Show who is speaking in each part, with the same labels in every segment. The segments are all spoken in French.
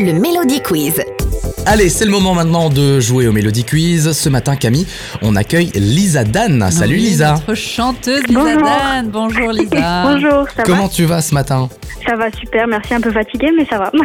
Speaker 1: le Mélodie Quiz.
Speaker 2: Allez, c'est le moment maintenant de jouer au Mélodie Quiz. Ce matin, Camille, on accueille Lisa Dan. Ah, Salut
Speaker 3: Ah Oui,
Speaker 2: Lisa.
Speaker 3: Notre chanteuse Lisa
Speaker 4: Bonjour.
Speaker 3: Dan. Bonjour Lisa.
Speaker 4: Bonjour, ça
Speaker 2: Comment tu vas ce matin
Speaker 4: va Ça va super, merci, un peu fatiguée, mais ça va.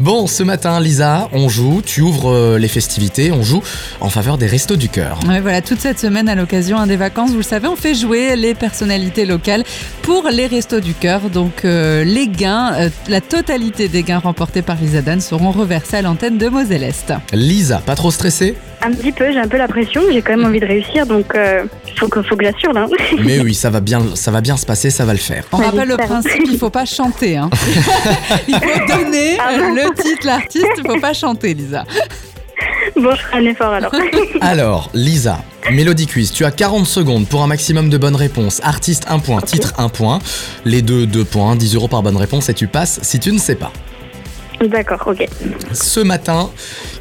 Speaker 2: Bon, ce matin, Lisa, on joue, tu ouvres euh, les festivités, on joue en faveur des restos du cœur.
Speaker 3: Ouais, voilà, toute cette semaine, à l'occasion hein, des vacances, vous le savez, on fait jouer les personnalités locales pour les restos du cœur. Donc, euh, les gains, euh, la totalité des gains remportés par Lisa Dan seront reversés à l'antenne de Moselle Est.
Speaker 2: Lisa, pas trop stressée
Speaker 4: un petit peu, j'ai un peu la pression, j'ai quand même envie de réussir, donc euh, faut, que, faut que j'assure là.
Speaker 2: Mais oui, ça va bien, ça va bien se passer, ça va le faire.
Speaker 3: On
Speaker 4: Ouais,
Speaker 3: rappelle le
Speaker 4: j'espère.
Speaker 3: principe, il faut pas chanter. hein. il faut donner
Speaker 4: Ah
Speaker 3: euh, le titre, l'artiste, il faut pas chanter, Lisa.
Speaker 4: bon, je ferai un effort alors.
Speaker 2: Alors, Lisa, Mélodie Quiz, tu as 40 secondes pour un maximum de bonnes réponses. Artiste, 1 point. Titre, 1 point. Les deux, 2 points. 10 euros par bonne réponse et tu passes si tu ne sais pas.
Speaker 4: D'accord, ok.
Speaker 2: Ce matin,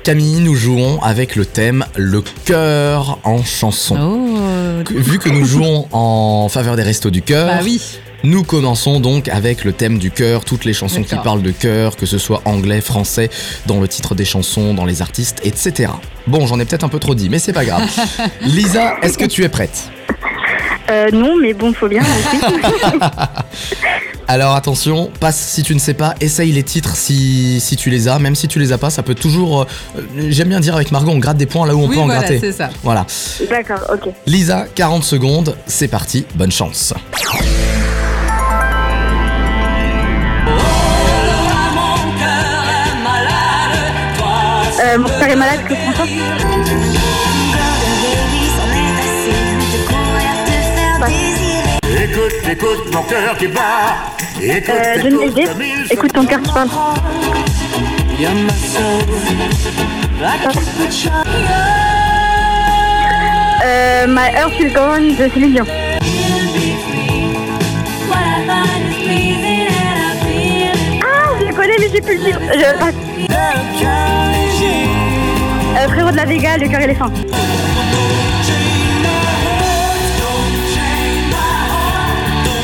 Speaker 2: Camille, nous jouons avec le thème le cœur en chanson.
Speaker 3: Oh,
Speaker 2: Vu que nous jouons en faveur des restos du cœur,
Speaker 3: bah oui.
Speaker 2: nous commençons donc avec le thème du cœur, toutes les chansons qui
Speaker 3: D'accord.
Speaker 2: parlent de cœur, que ce soit anglais, français, dans le titre des chansons, dans les artistes, etc. Bon, j'en ai peut-être un peu trop dit, mais c'est pas grave. Lisa, est-ce que tu es prête
Speaker 4: Euh, non, mais bon, faut bien.
Speaker 2: Alors attention, passe si tu ne sais pas, essaye les titres si, si tu les as, même si tu les as pas, ça peut toujours... euh, J'aime bien dire avec Margot, on gratte des points là où on
Speaker 3: oui,
Speaker 2: peut en
Speaker 3: voilà,
Speaker 2: gratter.
Speaker 3: c'est ça.
Speaker 2: Voilà.
Speaker 4: D'accord, ok.
Speaker 2: Lisa, 40 secondes, c'est parti, bonne chance.
Speaker 4: Euh, mon père est malade, que François
Speaker 5: Écoute, écoute mon cœur qui bat. Écoute,
Speaker 4: euh,
Speaker 5: écoute,
Speaker 4: Johnny Hallyday.
Speaker 5: comme il se
Speaker 4: Écoute ton cœur qui parle. Euh, my Earth is Gone de Céline Dion. Ah, je le connais, mais j'ai plus le titre. Je passe. Euh, frérot de la Vega, le cœur éléphant.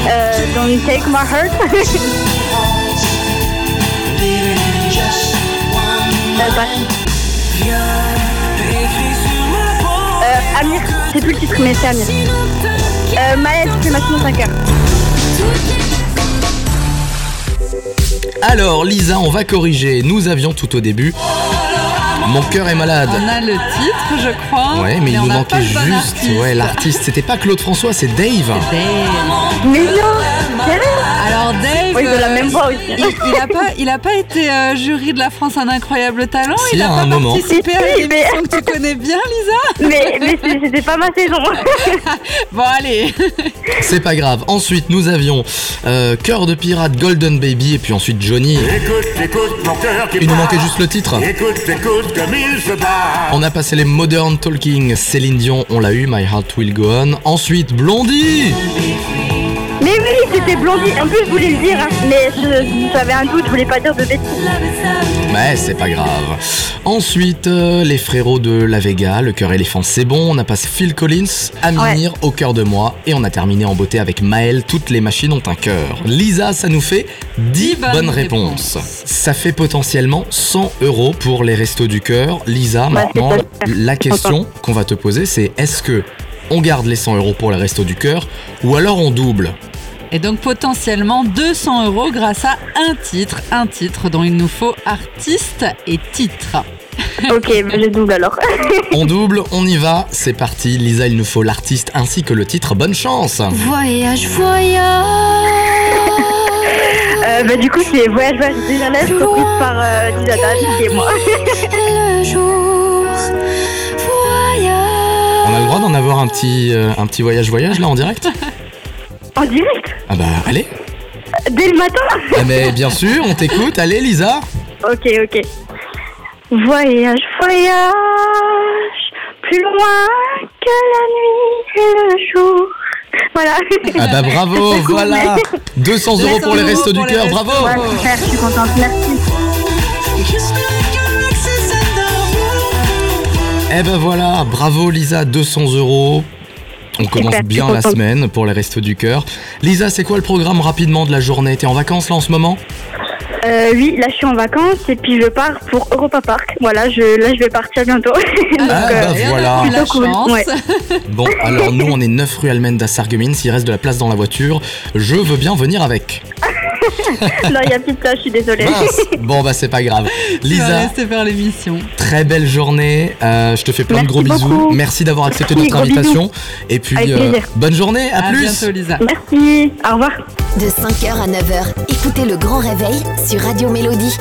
Speaker 4: Euh, don't take my heart. Euh, passe. Euh, Amir, c'est plus le titre, mais c'est Amir. Euh, Maël, c'est maintenant un cœur.
Speaker 2: Alors Lisa, on va corriger, nous avions tout au début... Mon cœur est malade.
Speaker 3: On a le titre, je crois.
Speaker 2: Ouais, mais il
Speaker 3: on
Speaker 2: nous
Speaker 3: n'a pas
Speaker 2: manquait
Speaker 3: le bon
Speaker 2: juste
Speaker 3: artiste.
Speaker 2: ouais, l'artiste. C'était pas Claude François, c'est Dave.
Speaker 3: Dave.
Speaker 4: Mais non, sérieux
Speaker 3: Alors Dave,
Speaker 4: Oui, de la
Speaker 3: euh,
Speaker 4: même voix aussi.
Speaker 3: Il, il a pas, il a pas été euh, jury de la France un incroyable talent.
Speaker 2: Si,
Speaker 3: il a
Speaker 2: à
Speaker 3: pas
Speaker 2: un moment.
Speaker 3: participé à
Speaker 4: Si,
Speaker 3: une
Speaker 4: si, mais-
Speaker 3: émission que tu connais bien, Lisa.
Speaker 4: Mais, mais c'est- c'était pas ma saison.
Speaker 3: Bon allez.
Speaker 2: C'est pas grave. Ensuite, nous avions euh, Cœur de pirate, Golden Baby, et puis ensuite Johnny.
Speaker 5: Écoute, écoute mon cœur qui
Speaker 2: Il nous
Speaker 5: bat.
Speaker 2: manquait juste le titre.
Speaker 5: Écoute, écoute comme il se bat.
Speaker 2: On a passé les Modern Talking, Céline Dion, on l'a eu, My Heart Will Go On. Ensuite, Blondie
Speaker 4: Mais oui, c'était Blondie. En plus, je voulais le dire, hein, mais je- j'avais un doute, je voulais pas dire de bêtises.
Speaker 2: Mais c'est pas grave. Ensuite, euh, les frérots de La Vega, Le Cœur Éléphant, c'est bon. On a passé Phil Collins, Amir, Au Cœur de Moi. Et on a terminé en beauté avec Maël, Toutes les machines ont un cœur. Lisa, ça nous fait 10 bonnes, réponses.
Speaker 3: réponses.
Speaker 2: Ça fait potentiellement 100 euros pour les restos du cœur. Lisa,
Speaker 4: Bah, c'est
Speaker 2: maintenant,
Speaker 4: ça.
Speaker 2: la question qu'on va te poser, c'est est-ce que on garde les 100 euros pour les restos du cœur ou alors on double
Speaker 3: Et donc potentiellement 200 euros grâce à un titre, un titre dont il nous faut artiste et titre.
Speaker 4: Ok, bah, je double alors.
Speaker 2: On double, on y va, c'est parti. Lisa, il nous faut l'artiste ainsi que le titre. Bonne chance
Speaker 6: Voyage, voyage,
Speaker 4: Euh, bah, du coup, c'est Voyage Voyage de Jeunesse, reprise par euh, Lisa Dan, qui est moi.
Speaker 6: le jour,
Speaker 2: On a le
Speaker 6: voyage.
Speaker 2: droit d'en avoir un petit, euh, un petit voyage voyage là en direct
Speaker 4: En direct
Speaker 2: Ah bah allez
Speaker 4: Dès le matin
Speaker 2: Ah mais bien sûr, on t'écoute, allez Lisa
Speaker 4: Ok, ok. Voyage, voyage, plus loin que la nuit et le jour. Voilà.
Speaker 2: Ah bah bravo, voilà 200 euros pour les restos du cœur, bravo
Speaker 4: Ouais, super, je suis contente, merci.
Speaker 2: Eh ben voilà, bravo Lisa, 200 euros on commence
Speaker 4: Super,
Speaker 2: bien
Speaker 4: je suis
Speaker 2: la
Speaker 4: contente.
Speaker 2: semaine pour les restos du cœur. Lisa, c'est quoi le programme rapidement de la journée T'es en vacances là en ce moment
Speaker 4: Euh, oui, là je suis en vacances et puis je pars pour Europa Park. Voilà, je, là je vais partir bientôt. Donc,
Speaker 2: Ah, bah,
Speaker 4: euh,
Speaker 3: Et on a
Speaker 2: voilà.
Speaker 3: eu la
Speaker 4: Plutôt cool,
Speaker 3: chance.
Speaker 4: ouais.
Speaker 2: Bon, alors nous, on est 9 rue Almenda Sarguemines. S'il reste de la place dans la voiture, je veux bien venir avec.
Speaker 4: non, il y a petite place, je suis désolée.
Speaker 2: Mince. Bon, bah, c'est pas grave.
Speaker 3: Tu vas
Speaker 2: Lisa,
Speaker 3: rester faire l'émission.
Speaker 2: très belle journée. Euh, je te fais plein de
Speaker 4: Merci
Speaker 2: gros bisous.
Speaker 4: beaucoup.
Speaker 2: Merci d'avoir accepté
Speaker 4: Merci,
Speaker 2: notre
Speaker 4: gros
Speaker 2: invitation. Et puis, euh,
Speaker 4: Avec plaisir.
Speaker 2: bonne journée. À,
Speaker 3: À
Speaker 2: plus.
Speaker 3: bientôt, Lisa.
Speaker 4: Merci, au revoir.
Speaker 1: De 5h à 9h, écoutez le grand réveil sur Radio Mélodie.